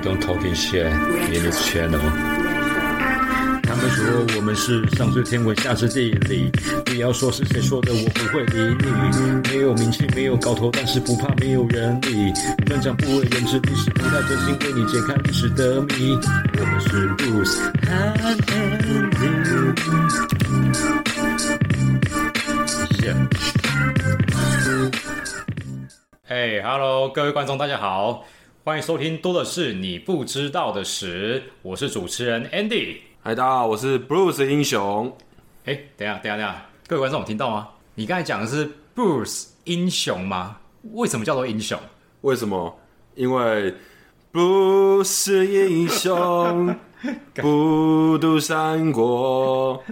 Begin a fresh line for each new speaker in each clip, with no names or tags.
don't talk and share in this channel。他们说我们是上知天文下知地理，不要说是谁说的，我不会理你。没有名气，没有搞头，但是不怕没有人理。站长不为人知，历史不太真心为你解开历史的谜。我们是 Bruce and Andy。Yeah.
嘿、h e l l o 各位观众，大家好，欢迎收听《多的是你不知道的事》，我是主持人 Andy。
嗨，大家好，我是 Bruce 英雄。
哎、等一下，等一下，等一下，各位观众有听到吗？你刚才讲的是 Bruce 英雄吗？为什么叫做英雄？
为什么？因为不是英雄， 不渡三国。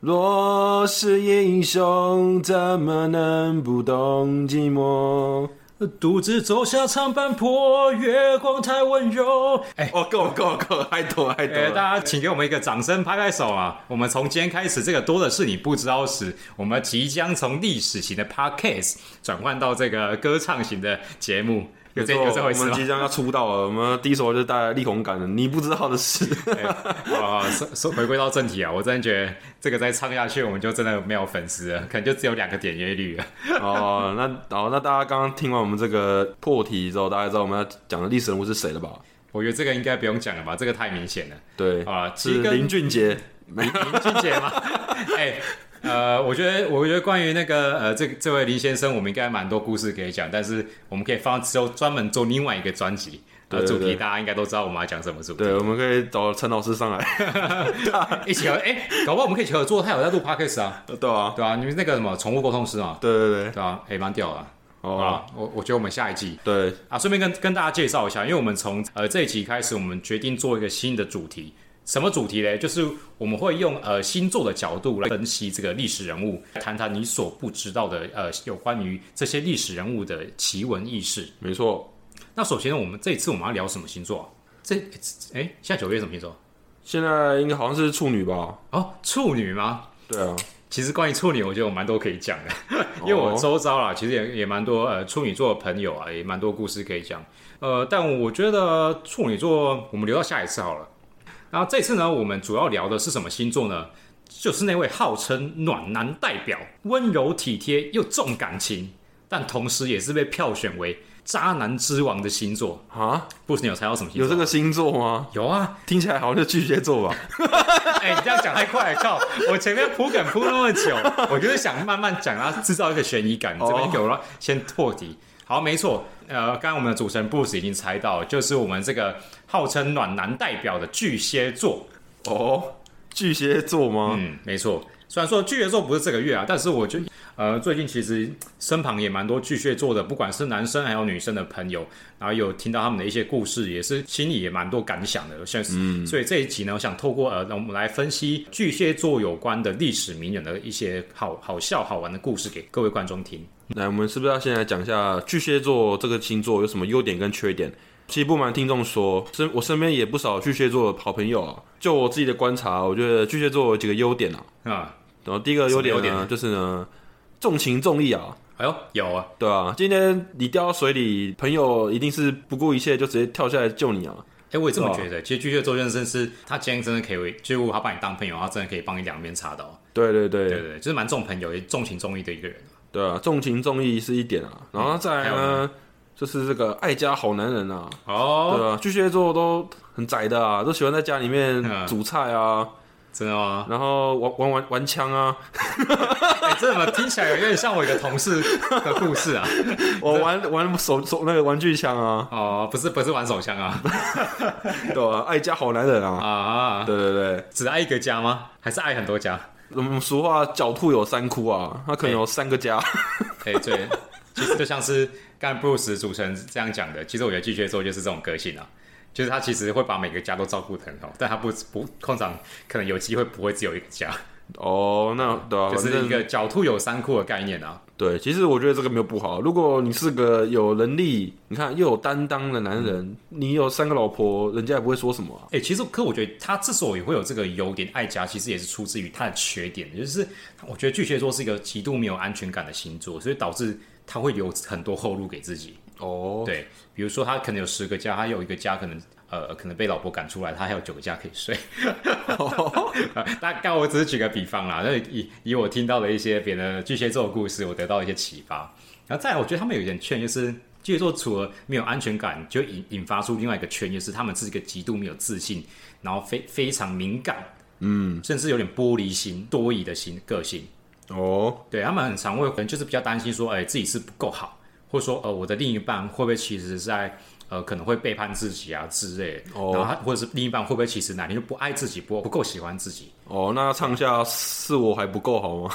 若是英雄，怎么能不懂寂寞？
独自走下长坂坡，月光太温柔。哎、
哦，够了够了够了，太多了太多
哎、
了。
大家请给我们一个掌声，拍拍手啊！我们从今天开始，这个多的是你不知道时，我们即将从历史型的 podcast 转换到这个歌唱型的节目，有这
没错
有这回
我
事
们
吗
即？将要出道了。我们第一首就是带来力宏感的《你不知道的事》
啊，说说回归到正题啊，我真的觉得这个再唱下去，我们就真的没有粉丝了，可能就只有两个点阅率了。
哦。那好，那大家刚刚听完我们这个破题之后，大家知道我们要讲的历史人物是谁了吧？
我觉得这个应该不用讲了吧，这个太明显了。
对
啊其实
是
跟
林俊杰。没
林俊杰 吗？哎、呃，我觉得，我觉得关于那个呃，这这位林先生，我们应该蛮多故事可以讲，但是我们可以放之后专门做另外一个专辑。呃，
对
主题
对
大家应该都知道我们要讲什么主题，
对，我们可以找陈老师上来，
一起合哎、搞不好我们可以一起合作，他有在录 podcast 啊，
对啊，
对啊，你们那个什么宠物沟通师嘛，
对对对，
对啊，哎、蛮屌的啊，
哦、
好啊，我我觉得我们下一季
对，
啊，顺便跟跟大家介绍一下，因为我们从呃这一集开始，我们决定做一个新的主题。什么主题嘞？就是我们会用呃星座的角度来分析这个历史人物，谈谈你所不知道的呃有关于这些历史人物的奇闻异事。
没错。
那首先呢，我们这一次我们要聊什么星座啊、这哎，现在九月什么星座？
现在应该好像是处女吧？
哦，处女吗？
对啊，
其实关于处女，我觉得我蛮多可以讲的，因为
哦
我周遭啦，其实也也蛮多呃处女座的朋友啊，也蛮多故事可以讲。呃，但我觉得处女座我们留到下一次好了。然后这次呢，我们主要聊的是什么星座呢？就是那位号称暖男代表，温柔体贴又重感情，但同时也是被票选为渣男之王的星座。
啊，
不是你有猜到什么星
有
座？
这个星座吗？
有啊！
听起来好像是巨蟹 座吧？
哎、你这样讲太快了，靠！我前面铺梗铺那么久，我就是想慢慢讲，然后制造一个悬疑感。你这边
哦
给我先破题。好，没错，呃，刚刚我们的主持人 Bruce 已经猜到了，就是我们这个号称暖男代表的巨蟹座。
哦，巨蟹座吗？
嗯，没错。虽然说巨蟹座不是这个月啊，但是我觉得，呃，最近其实身旁也蛮多巨蟹座的，不管是男生还有女生的朋友，然后有听到他们的一些故事，也是心里也蛮多感想的。像是，所以这一集呢，我想透过呃，我们来分析巨蟹座有关的历史名人的一些好好笑好玩的故事给各位观众听。
来，我们是不是要先来讲一下巨蟹座这个星座有什么优点跟缺点？其实不瞒听众说，身我身边也不少巨蟹座的好朋友啊。就我自己的观察，啊我觉得巨蟹座有几个优点啊。
啊、
然后第一个优点
什
呢，
么优点
就是呢，重情重义啊。
哎呦，有啊，
对啊，今天你掉到水里，朋友一定是不顾一切就直接跳下来救你啊！
哎、我也这么觉得。其实巨蟹座认真是，他今天真的可以，就如果他把你当朋友，他真的可以帮你两边插刀。
对对对
对对对，就是蛮重朋友，也重情重义的一个人。
对啊，重情重义是一点啊，然后再来
还有
呢，就是这个爱家好男人啊，
哦，
对啊，巨蟹座都很宅的啊，都喜欢在家里面
嗯
煮菜啊，
真的吗？
然后玩玩玩玩枪 啊，
哎、这怎么听起来有点像我一个同事的故事 啊？
我玩玩手手那个玩具枪啊，
哦，不是，不是玩手枪啊
对啊，爱家好男人啊，
啊！
对对对，
只爱一个家吗？还是爱很多家？
我们俗话狡兔有三窟啊，他可能有三个家，
哎、对，其实就像是刚才 Bruce 主持人这样讲的，其实我觉得巨蟹座就是这种个性啊。就是他其实会把每个家都照顾得很好，但他不不通常可能有机会不会只有一个家，
哦，那对啊，
就
反
是
正
一个狡兔有三窟的概念啊。
对，其实我觉得这个没有不好。如果你是个有能力，你看又有担当的男
嗯
人，你有三个老婆，人家也不会说什么啊。
哎、其实可我觉得他之所以会有这个优点，爱家其实也是出自于他的缺点，就是我觉得巨蟹座是一个极度没有安全感的星座，所以导致他会留很多后路给自己。
哦，
对，比如说他可能有十个家，他有一个家可能呃，可能被老婆赶出来，他还有酒驾可以睡。 那刚我只是举个比方啦，那以以我听到的一些别的巨蟹座的故事，我得到一些启发。然后再来，我觉得他们有一点劝，就是巨蟹座除了没有安全感，就引引发出另外一个圈，就是他们是一个极度没有自信，然后非非常敏感，嗯，甚至有点玻璃心、多疑的心个性。
哦，
对他们很常会可能就是比较担心说，哎、自己是不够好，或者说呃我的另一半会不会其实是在呃可能会背叛自己啊之类的，
哦
然后他或者是另一半会不会其实哪天就不爱自己，不不够喜欢自己。
哦，那唱下是我还不够好 吗？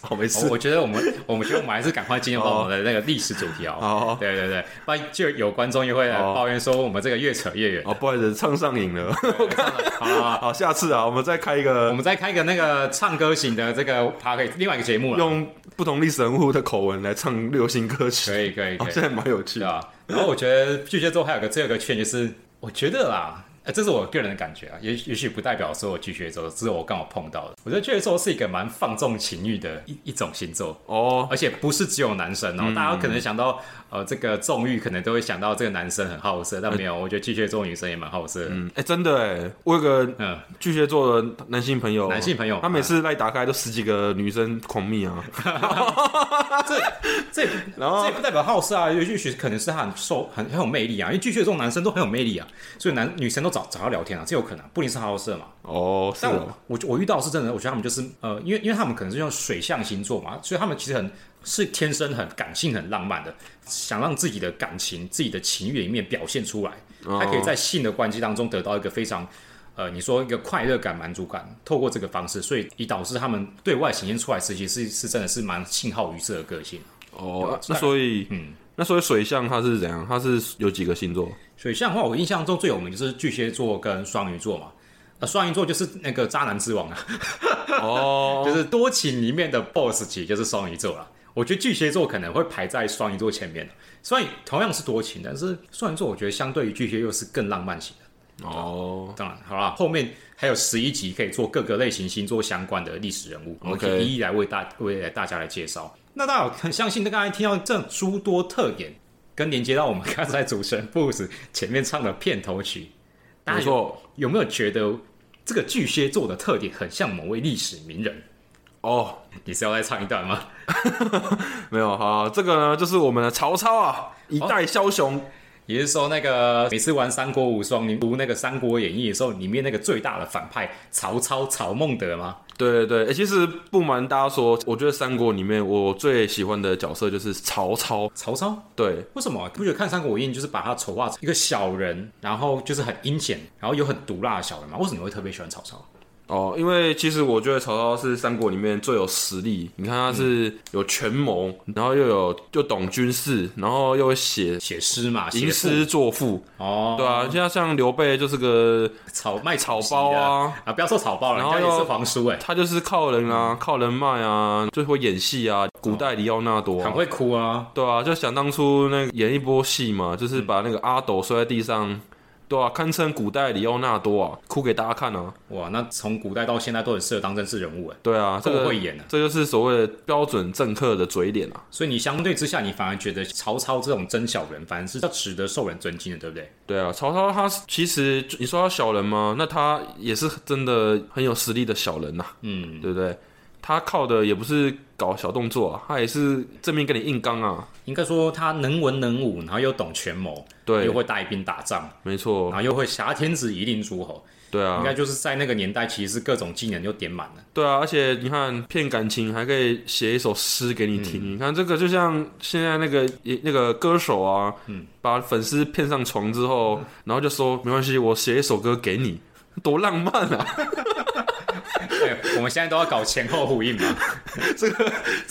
好，没
哦
事。
我觉得我们我们觉得我们还是赶快进入到我们的那个历史主题哦。
哦
对对对，不然就有观众又会来
哦
抱怨说我们这个越扯越远。
哦，不好意思，唱上瘾了。
好了，好了
好，下次啊，我们再开一个
我们再开一个那个唱歌型的这个 p a r k 另外一个节目了。
用不同历史人物的口吻来唱流行歌曲，
可 以可以
好
可以。
像还蛮有趣
对
哦的。
啊。然后我觉得巨蟹座还有个最后一个缺点就是，我觉得啦，呃，这是我个人的感觉啊，也许也许不代表所有巨蟹座，只是我刚好碰到的。我觉得巨蟹座是一个蛮放纵情欲的一一种星座。
哦，嗯
而且不是只有男生哦，大家可能想到呃这个纵欲，可能都会想到这个男生很好色，但没有，我觉得巨蟹座女生也蛮好色的。嗯
嗯，哎、真的哎，我有个巨蟹座的男性朋友，
男性朋友嗯
他每次赖打开都十几个女生狂 蜜啊，
这这
然后
这也不代表好色啊，也许可能是他很受很很有魅力啊，因为巨蟹座男生都很有魅力啊，所以男女生都找找他聊天啊，这有可能，不一定是好色嘛。
哦，是
但
哦
我，我我遇到是真的，我觉得他们就是呃，因为因为他们可能是用水象星座嘛，所以他们其实很是天生很感性、很浪漫的，想让自己的感情、自己的情欲里面表现出来，
哦
还可以在性的关系当中得到一个非常呃，你说一个快乐感、满足感，透过这个方式，所以以导致他们对外显现出来，其实是是真的是蛮信号于色的个性。啊
哦，那所以，嗯，那所以水象它是怎样？它是有几个 星座？
水象的话，我印象中最有名就是巨蟹座跟双鱼座嘛。呃，双鱼座就是那个渣男之王啊，
哦，
就是多情里面的 BOSS 级就是双鱼座啦。我觉得巨蟹座可能会排在双鱼座前面，虽然同样是多情，但是双鱼座我觉得相对于巨蟹又是更浪漫型的。
哦，
当然，好啦，后面还有十一集可以做各个类型星座相关的历史人物，我们可
OK
以一一来为大为大家来介绍。那大家很相信，刚才听到这诸多特点，跟连接到我们刚才主持人布斯前面唱的片头曲，大
没
家有
错，
有没有觉得这个巨蟹座的特点很像某位历史名人？
哦，
你是要再唱一段吗？
没有，好，这个呢就是我们的曹操
哦
啊，一代枭雄。
也是说那个每次玩《三国无双》，你读那个《三国演义》的时候，里面那个最大的反派曹操曹孟德吗？
对对对、欸诶其实不瞒大家说，我觉得三国里面我最喜欢的角色就是曹操。
曹操
对，
为什么不觉得看《三国演义》就是把他丑化成一个小人，然后就是很阴险，然后又很毒辣的小人吗？为什么你会特别喜欢曹操？
哦，因为其实我觉得曹操是三国里面最有实力。你看他
嗯
是有权谋，然后又有又懂军事，然后又会写
写诗嘛，写
吟
赋
诗作赋，
哦，
对啊，像像刘备就是个
草卖
草
草
包啊，
啊，不要说草包了，
然
人
后
家也是
又
皇叔哎、
他就是靠人啊，靠人脉啊，就会演戏啊，古代里奥纳多啊、
很会哭啊，
对啊，就想当初那个演一波戏嘛，就是
嗯
把那个阿斗摔在地上，对啊，堪称古代里奥纳多啊，哭给大家看啊，
哇，那从古代到现在都很适合当政治人物哎、
对啊，这
够
个
会演啊
这就是所谓的标准政客的嘴脸啊，
所以你相对之下，你反而觉得曹操这种真小人，反而是要值得受人尊敬的，对不对？
对啊，曹操他其实你说他小人吗？那他也是真的很有实力的小人呐、啊
嗯，
对不对？他靠的也不是搞小动作啊，他也是正面跟你硬刚啊，
应该说他能文能武，然后又懂权谋，
对
又，会带兵打仗，
没
然
错，
后又会挟天子以令诸侯，
对啊
啊应，该就是在那个年代，其实是各种技能就点满 了。
对啊，而且你看骗感情还可以写一首诗给你听，
嗯
你看这个就像现在那个也那个歌手啊，
嗯
把粉丝骗上床之后，然后就说没关系，我写一首歌给你，多浪漫 啊！
对，哎我们现在都要搞前后呼应 嘛。
这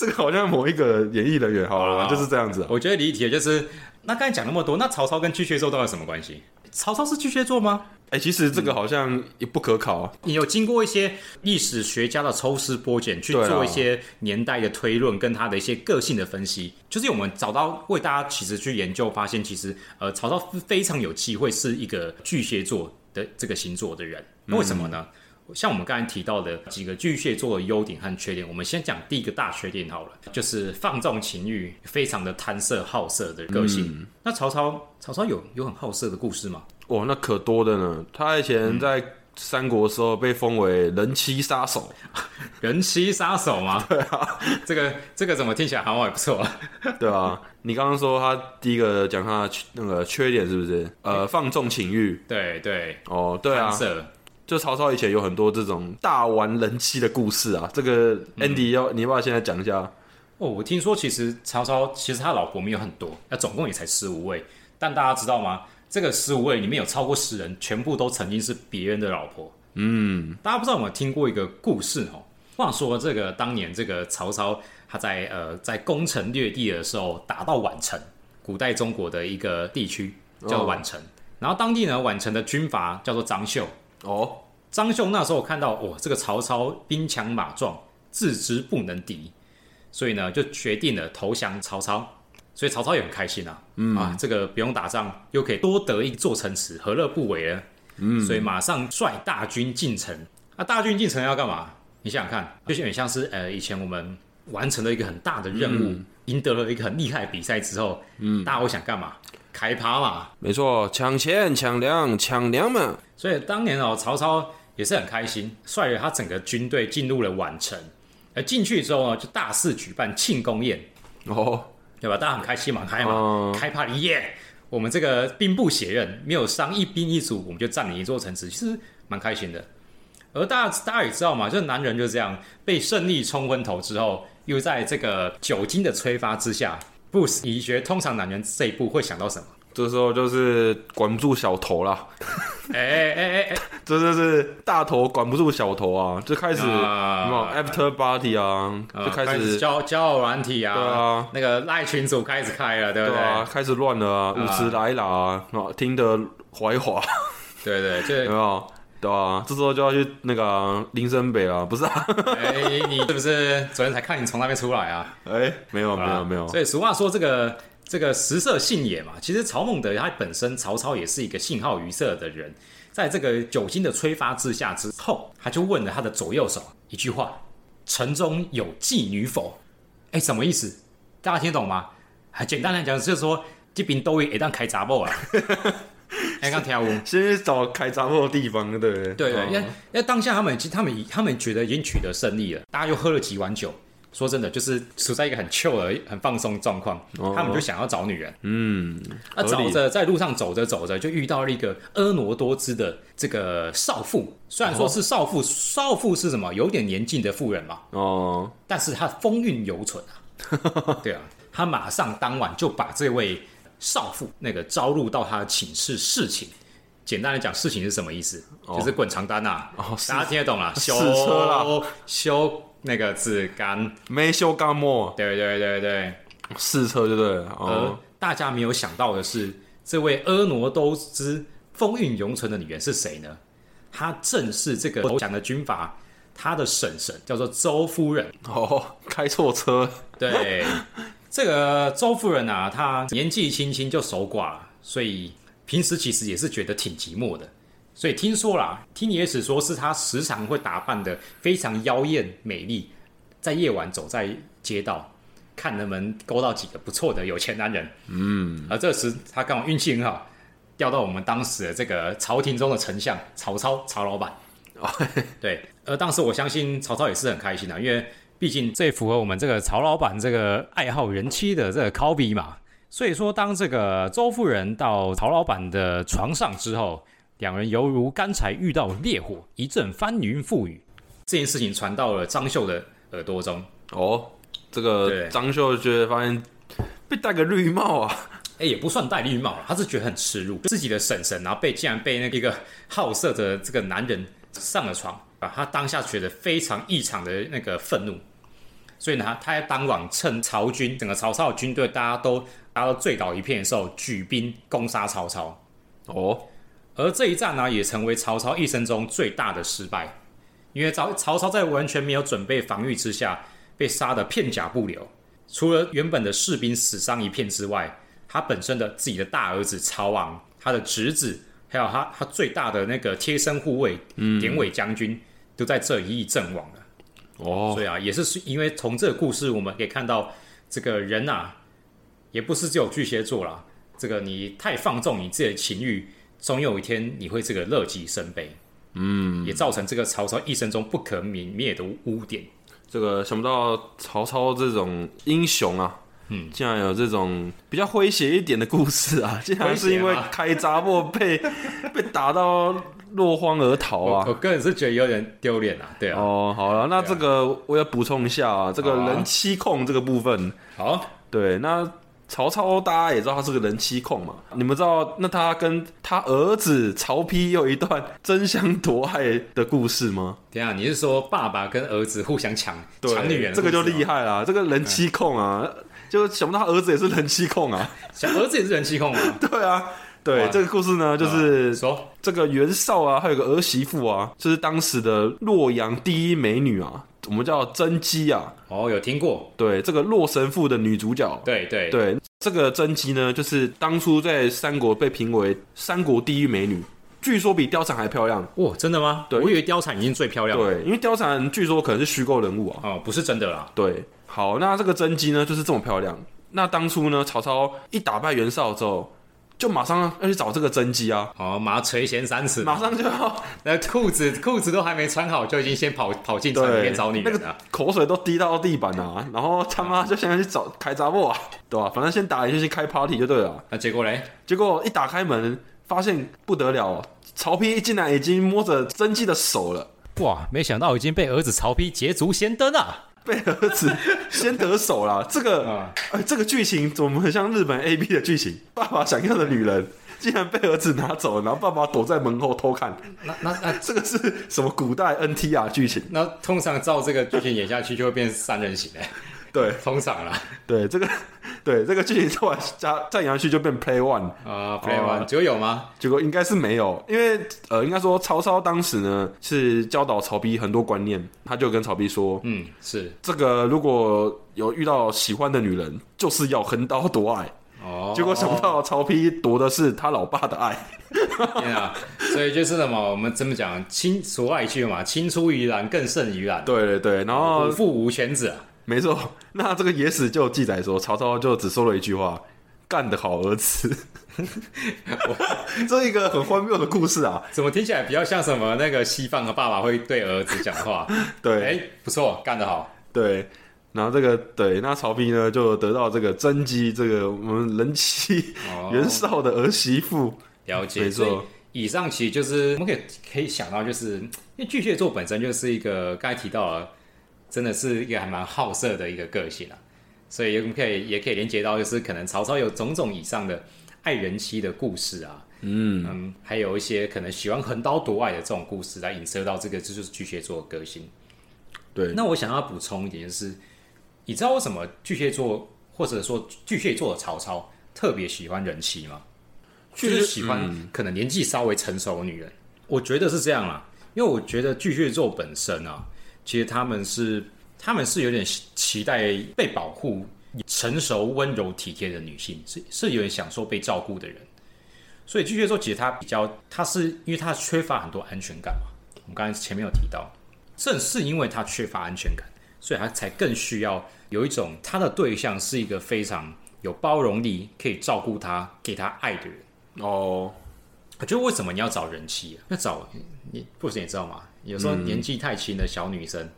个好像某一个演艺人员好了，
啊
就是这样子啊。
我觉得理解就是，那刚才讲那么多，那曹操跟巨蟹座到底有什么关系？曹操是巨蟹座吗？
哎、其实
嗯
这个好像也不可考、啊，
你有经过一些历史学家的抽丝剥茧，去
对啊
做一些年代的推论，跟他的一些个性的分析，就是我们找到为大家其实去研究，发现其实呃曹
嗯
操非常有机会是一个巨蟹座的这个星座的人，那为什么呢？像我们刚才提到的几个巨蟹座的优点和缺点，我们先讲第一个大缺点好了，就是放纵情欲，非常的贪色好色的个性。
嗯
那曹操，曹操有有很好色的故事吗？
哦，那可多的呢。他以
嗯
前在三国的时候被封为人妻杀手，
人妻杀手吗？ 对啊，这个这个怎么听起来好像也不错啊。
对啊，你刚刚说他第一个讲他的缺那个缺点是不是？呃，放纵情欲。
对对，
哦，对啊
贪，色。
就曹操以前有很多这种大玩人妻的故事啊。这个 Andy 要、你要不要现在讲一下？
哦，我听说其实曹操其实他老婆没有很多，那总共也才十五位。但大家知道吗？这个十五位里面有超过十人，全部都曾经是别人的老婆。嗯，大家不知道有没有听过一个故事哦？话说这个当年这个曹操他在呃在攻城略地的时候打到宛城，古代中国的一个地区叫宛城。然后当地呢，宛城的军阀叫做张绣，
哦，
张绣那时候看到哇，这个曹操兵强马壮，自知不能敌，所以呢就决定了投降曹操。所以曹操也很开心啊，嗯啊，这个不用打仗，又可以多得一座城池，何乐不为呢？嗯，所以马上率大军进城。那、大军进城要干嘛？你想想看，就是有点像是呃，以前我们完成了一个很大的任务，赢得了一个很厉害的比赛之后，嗯，大家会想干嘛？开趴嘛，
没错，抢钱、抢粮、抢粮嘛。
所以当年哦，曹操也是很开心，率领他整个军队进入了宛城。而进去之后呢，就大肆举办庆功宴，
哦，
对吧？大家很开心嘛，很嗨嘛，
嗯
开 party 耶！我们这个兵不血刃，没有伤一兵一卒，我们就占领一座城池，其实蛮开心的。而大家大家也知道嘛，就是男人就是这样，被胜利冲昏头之后，又在这个酒精的催发之下，不死一学。通常男人这一步会想到什么？
这时候就是管不住小头啦，
哎哎哎哎
这就是大头管不住小头啊，就开始
啊
那种 after party 啊，
呃，
就开始
交交友软体啊，
对啊
那个赖群组开始开了，对不
对
对？
啊，开始乱了啊，舞池来啦啊，啊听得怀滑，
对对
有
就
没有？对啊，这时候就要去那个啊林森北了，不是啊？
哎，你是不是昨天才看你从那边出来啊？
哎， 没有没
啊
有没有，
所以俗话说这个这个食色性也嘛，其实曹孟德他本身曹操也是一个性好于色的人，在这个酒精的催发之下之后，他就问了他的左右手一句话：“城中有妓女否？”哎，什么意思？大家听懂吗？啊简单来讲就是说，这边都会当开杂报 啊。哎，刚听我。
先去找开杂货的地方，对不对？
对对，
啊
因为因为当下他们其实他们已他们觉得已经取得胜利了，大家又喝了几碗酒。说真的，就是处在一个很 chill 的、很放松的状况，
哦
他们就想要找女人。
嗯，
啊，
合
找
理
着在路上走着走着，就遇到了一个婀娜多姿的这个少妇。虽然说是少妇，少妇是什么？有点年纪的妇人嘛，
哦，
但是她风韵犹存啊。 对啊，他马上当晚就把这位少妇那个招入到他的寝室侍寝。简单来讲，侍寝是什么意思？就是滚床单呐、
哦是
大家听得懂 啦，
是
修
车啦
修那个子杆，
没修干莫
对对对对。
试车就对了，
而
哦，
大家没有想到的是，这位婀娜多姿、风韵犹存的女人是谁呢？她正是这个投降的军阀，她的婶婶叫做周夫人。
哦，开错车，
对，这个周夫人啊，她年纪轻轻就守寡了，所以平时其实也是觉得挺寂寞的。所以听说啦，听野史说是她时常会打扮的非常妖艳美丽，在夜晚走在街道，看能不能勾到几个不错的有钱男人。嗯，而这时她刚好运气很好，调到我们当时的这个朝廷中的丞相曹操曹老板。对，呃，当时我相信曹操也是很开心的、因为毕竟这符合我们这个曹老板这个爱好人妻的这个 copy 嘛。所以说，当这个周夫人到曹老板的床上之后，两人犹如干柴遇到烈火，一阵翻云覆雨。这件事情传到了张绣的耳朵中，
哦，这
对
个张秀觉得发现被戴个绿帽啊，
哎，也不算戴绿帽了，他是觉得很耻辱，自己的婶婶，然后被竟然被那个一个好色的这个男人上了床，啊，他当下觉得非常异常的那个愤怒，所以呢，他他在当晚趁曹军整个曹操的军队大家都大家都醉倒一片的时候，举兵攻杀曹操，
哦，
而这一战呢，啊也成为曹操一生中最大的失败，因为曹曹操在完全没有准备防御之下，被杀得片甲不留。除了原本的士兵死伤一片之外，他本身的自己的大儿子曹昂，他的侄子，还有他他最大的那个贴身护卫典韦将军，就在这一役阵亡了。
哦
所以啊，也是因为从这个故事，我们可以看到这个人啊，也不是只有巨蟹座啦。这个你太放纵你自己的情欲，总有一天你会这个乐极生悲。嗯，也造成这个曹操一生中不可泯灭的污点。
这个想不到曹操这种英雄啊，嗯，竟然有这种比较诙谐一点的故事啊， 竟然是因为
诙谐吗
开闸破被 被打到落荒而逃
我我
啊。
个人是觉得有点丢脸啊，对啊。
哦，好了，那这个我要补充一下啊，这个
好啊
人妻控这个部分，
好，
对，那曹操大家也知道他是个人妻控嘛，你们知道那他跟他儿子曹丕有一段争相夺爱的故事吗？
等一下你是说爸爸跟儿子互相抢
对
抢女人，
这个就厉
害。
害啦，这个人妻控啊，
嗯
就想不到他儿子也是人妻控啊，
小儿子也是人气控啊。
对啊。对
哇啊
这个故事呢， 就是
说
这个袁绍啊，还有个儿媳妇啊，就是当时的洛阳第一美女啊，我们叫甄姬啊。
哦，有听过，
对，这个洛神赋的女主角，
对对，
对，这个甄姬呢，就是当初在三国被评为三国第一美女，据说比貂蝉还漂亮。
哇，哦真的吗？
对
我以为貂蝉已经最漂亮了。
对，因为貂蝉据说可能是虚构人物啊。
哦，不是真的啦。
对，好，那这个甄姬呢，就是这么漂亮。那当初呢，曹操一打败袁绍之后，就马上要去找这个甄姬啊，
哦，马上垂涎三尺，
马上就 要
那裤子裤子都还没穿好，就已经先跑跑进城里
对
面找女
那
人啊
个
了。
口水都滴到地板啊，然后他妈就想要去找开闸破啊，对吧、反正先打一下，先开 party 就对了啊、
那结果嘞？
结果一打开门，发现不得了哦，曹丕竟然已经摸着甄姬的手了，
哇，没想到已经被儿子曹丕捷足先登啊！
被儿子先得手了。这个，
啊
呃，这个剧情怎么很像日本 A B 的剧情？爸爸想要的女人竟然被儿子拿走了，然后爸爸躲在门后偷看，
那那那
这个是什么古代 N T R 剧情？
那，通常照这个剧情演下去，就会变三人行哎。
对
通常啦，
对，这个对这个剧情再往加再延续就变 Play One。
啊，Play One 只有有吗？
结果应该是没有，因为呃，应该说曹操当时呢是教导曹丕很多观念，他就跟曹丕说，
嗯，是
这个如果有遇到喜欢的女人，就是要横刀夺爱。
哦。
结果想不到曹丕夺的是他老爸的爱，
天啊！所以就是什么，我们怎么讲，青所谓一句嘛，青出于蓝更胜于蓝，
对对对，然后
虎父无犬子啊。
没错，那这个野史就有记载说，曹操就只说了一句话：“干得好，儿 子。”这一个很荒谬的故事啊，
怎么听起来比较像什么那个西方的爸爸会对儿子讲话？
对、
哎，不错，干得好。
对，然后这个对，那曹丕呢就得到这个甄姬，这个我们人妻
哦
袁绍的儿媳妇，
了解，
没错
所以以上其实就是我们可以可以想到，就是因为巨蟹座本身就是一个刚才提到了，真的是一个还蛮好色的一个个性啊，所以我们可以也可以连接到，就是可能曹操有种种以上的爱人妻的故事啊，嗯还有一些可能喜欢横刀夺爱的这种故事来影射到这个，这就是巨蟹座的个性。
对
那我想要补充一点就是，你知道为什么巨蟹座或者说巨蟹座的曹操特别喜欢人妻吗？就是喜欢可能年纪稍微成熟的女人。我觉得是这样啦，因为我觉得巨蟹座本身啊，其实他们是他们是有点期待被保护、成熟、温柔、体贴的女性，是是有点享受被照顾的人。所以巨蟹座其实他比较，他是因为他缺乏很多安全感嘛。我们刚才前面有提到，正是因为他缺乏安全感，所以他才更需要有一种他的对象是一个非常有包容力、可以照顾他、给他爱的人。
哦，
我觉得为什么你要找人妻、啊？要找你，不是你知道吗？有时候年纪太轻的小女生，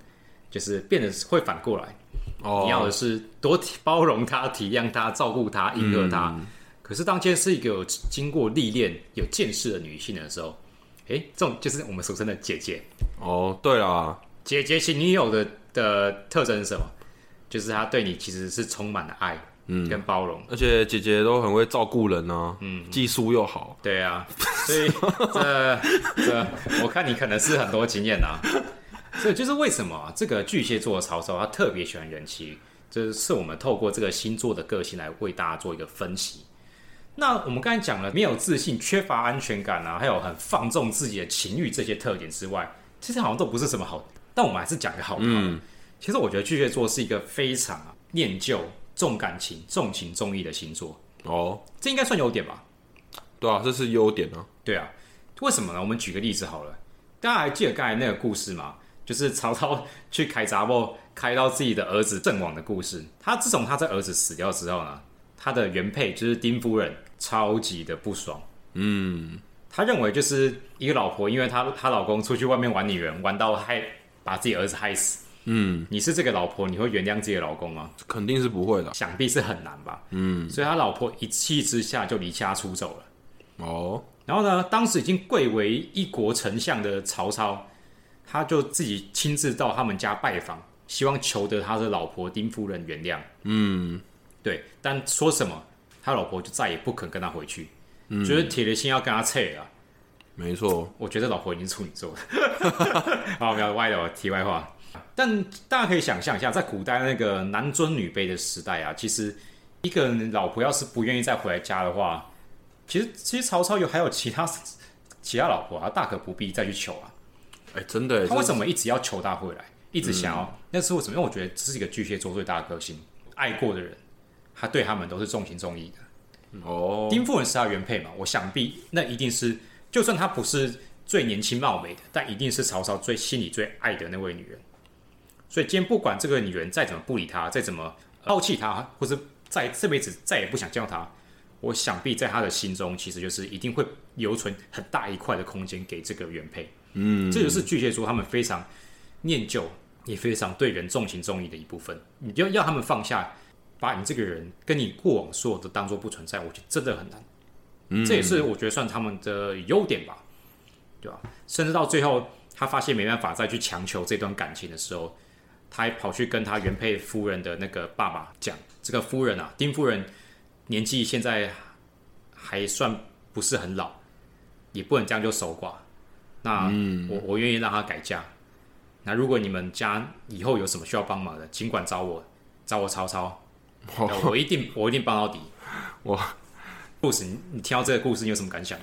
就是变得会反过来，
哦
你要的是多体 包容她、体谅她、照顾她、迎合她。可是当今天是一个有经过历练、有见识的女性的时候，诶，这种就是我们俗称的姐姐。
哦，对啦，
姐姐型女友的的特征是什么？就是她对你其实是充满了爱，嗯，跟包容。
而且姐姐都很会照顾人啊，嗯，技术又好，
对啊，所以这这，我看你可能是很多经验啊。所以就是为什么、啊、这个巨蟹座的曹操他特别喜欢人妻，这是我们透过这个星座的个性来为大家做一个分析。那我们刚才讲了，没有自信、缺乏安全感啊，还有很放纵自己的情欲这些特点之外，其实好像都不是什么好。但我们还是讲个好的。嗯，其实我觉得巨蟹座是一个非常啊念旧、重感情、重情重义的星座，
哦，
这应该算优点吧？
对啊，这是优点啊，
对啊，为什么呢？我们举个例子好了，大家还记得刚才那个故事吗？就是曹操去开杂报，开到自己的儿子阵亡的故事。他自从他在儿子死掉之后呢，他的原配就是丁夫人，超级的不爽。
嗯，
他认为就是一个老婆，因为她她老公出去外面玩女人，玩到害把自己儿子害死。
嗯，
你是这个老婆，你会原谅自己的老公吗？
肯定是不会的。
想必是很难吧。
嗯，
所以他老婆一气之下就离家出走了。
哦，
然后呢，当时已经贵为一国丞相的曹操，他就自己亲自到他们家拜访，希望求得他的老婆丁夫人原谅。
嗯，
对，但说什么，他老婆就再也不肯跟他回去，觉得铁了心要跟他撤了。
没错。
我觉得老婆已经处女座了。 好，不要歪了，题外话。但大家可以想象一下，在古代那个男尊女卑的时代啊，其实一个人老婆要是不愿意再回来家的话，其实其实曹操有还有其他其他老婆啊，大可不必再去求啊。
哎、真的耶，
他为什
么？
么一直要求他回来，一直想要？那是为什么？因为我觉得这是一个巨蟹座最大的个性，爱过的人，他对他们都是重情重义的。
哦，
丁夫人是他原配嘛，我想必那一定是，就算她不是最年轻貌美的，但一定是曹操最心里最爱的那位女人。所以今天不管这个女人再怎么不理他，再怎么呃抛弃他，或是在这辈子再也不想见到他，我想必在他的心中，其实就是一定会留存很大一块的空间给这个原配。
嗯，
这就是巨蟹座他们非常念旧，也非常对人重情重义的一部分。你要要他们放下，把你这个人跟你过往所有的当做不存在，我觉得真的很难。
嗯
这也是我觉得算他们的优点吧，对吧？甚至到最后，他发现没办法再去强求这段感情的时候，他还跑去跟他原配夫人的那个爸爸讲，这个夫人啊，丁夫人年纪现在还算不是很老，也不能这样就守寡。那我我愿意让她改嫁。那如果你们家以后有什么需要帮忙的，尽管找我，找我曹操，
哦
我一定我一定帮到底。
哇
故事，你你听到这个故事，你有什么感想？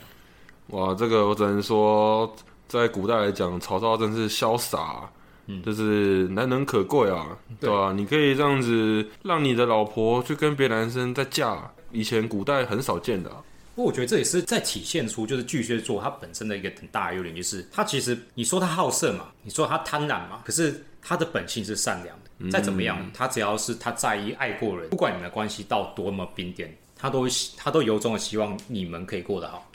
哇，这个我只能说，在古代来讲，曹操真是潇洒，啊
嗯
就是难能可贵啊，对吧、你可以这样子让你的老婆去跟别的男生再嫁，以前古代很少见的啊、
不过我觉得这也是在体现出，就是巨蟹座它本身的一个很大的优点，就是它其实你说它好色嘛，你说它贪婪嘛，可是它的本性是善良
嗯
的。再怎么样，它只要是它在意爱过人，不管你们的关系到多么冰点，它都会它都由衷的希望你们可以过得好。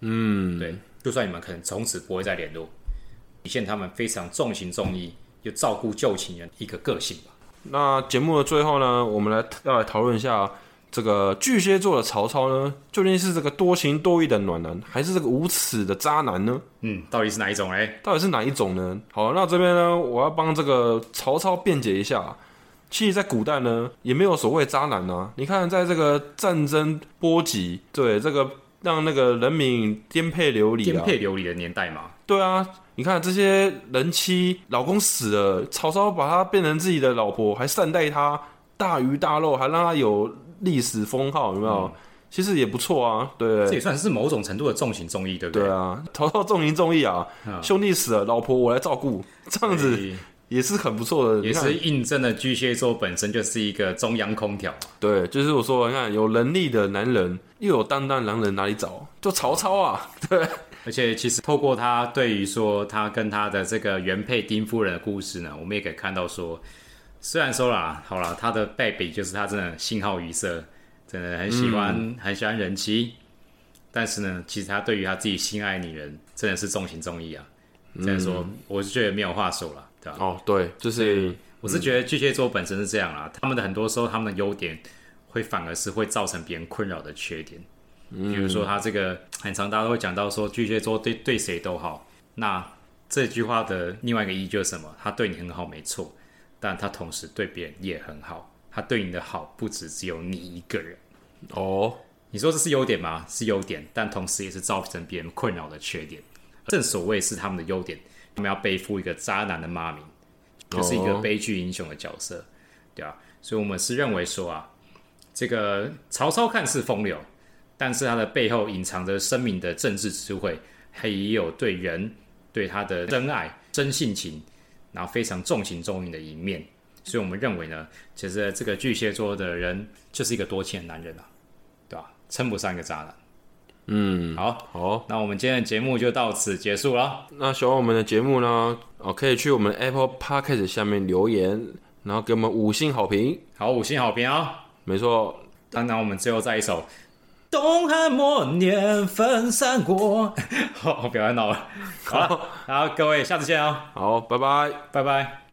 嗯，
对，就算你们可能从此不会再联络，体现他们非常重情重义又照顾旧情人一个个性吧。
那节目的最后呢，我们来要来讨论一下这个巨蟹座的曹操呢，究竟是这个多情多义的暖男，还是这个无耻的渣男呢？
嗯，到底是哪一种嘞？
到底是哪一种呢？好，那这边呢，我要帮这个曹操辩解一下。其实，在古代呢，也没有所谓渣男啊。你看，在这个战争波及，对这个让那个人民颠沛流离
颠
啊，
沛流离的年代嘛，
对啊，你看这些人妻，老公死了，曹操把她变成自己的老婆，还善待她，大鱼大肉，还让她有历史封号，有没有？其实也不错啊，对
嗯这也算是某种程度的重情重义，对不
对啊，曹操重情重义啊，兄弟死了，老婆我来照顾，这样子
所以
也是很不错的，
也
你看
是印证了巨蟹座本身就是一个中央空调。
对，就是我说，你看有能力的男人，又有担当的男人哪里找？就曹操啊，
而且其实透过他对于说他跟他的这个原配丁夫人的故事呢，我们也可以看到说，虽然说啦，好啦，他的败笔就是他真的信好于色，真的很喜欢、
嗯
很喜欢人妻，但是呢，其实他对于他自己心爱的女人真的是重情重
嗯
义啊，这样说、我是觉得没有话说了，对吧、
哦，对，就是
我是觉得巨蟹座本身是这样啦，他们的很多时候他们的优点会反而是会造成别人困扰的缺点。比如说他这个很常大家都会讲到说巨蟹座对对谁都好，那这句话的另外一个意义就是什么？他对你很好没错，但他同时对别人也很好，他对你的好不只只有你一个人。
哦，
你说这是优点吗？是优点，但同时也是造成别人困扰的缺点。正所谓是他们的优点，他们要背负一个渣男的骂名，就是一个
哦
悲剧英雄的角色，对啊，所以我们是认为说啊，这个曹操看似风流，但是他的背后隐藏着深明的政治智慧，还也有对人对他的真爱、真性情，然后非常重情重义的一面。所以我们认为呢，其实这个巨蟹座的人就是一个多情的男人啊，对吧、称不上一个渣男。嗯，好，
好，
那我们今天的节目就到此结束了。
那喜欢我们的节目呢，哦，可以去我们 Apple Podcast 下面留言，然后给我们五星好评。
好，五星好评啊、
没错，
当然，我们最后再一首《东汉末年分三国》。 好，我不要再闹了。好了，然后各位，下次见哦，
好，拜拜。
拜拜。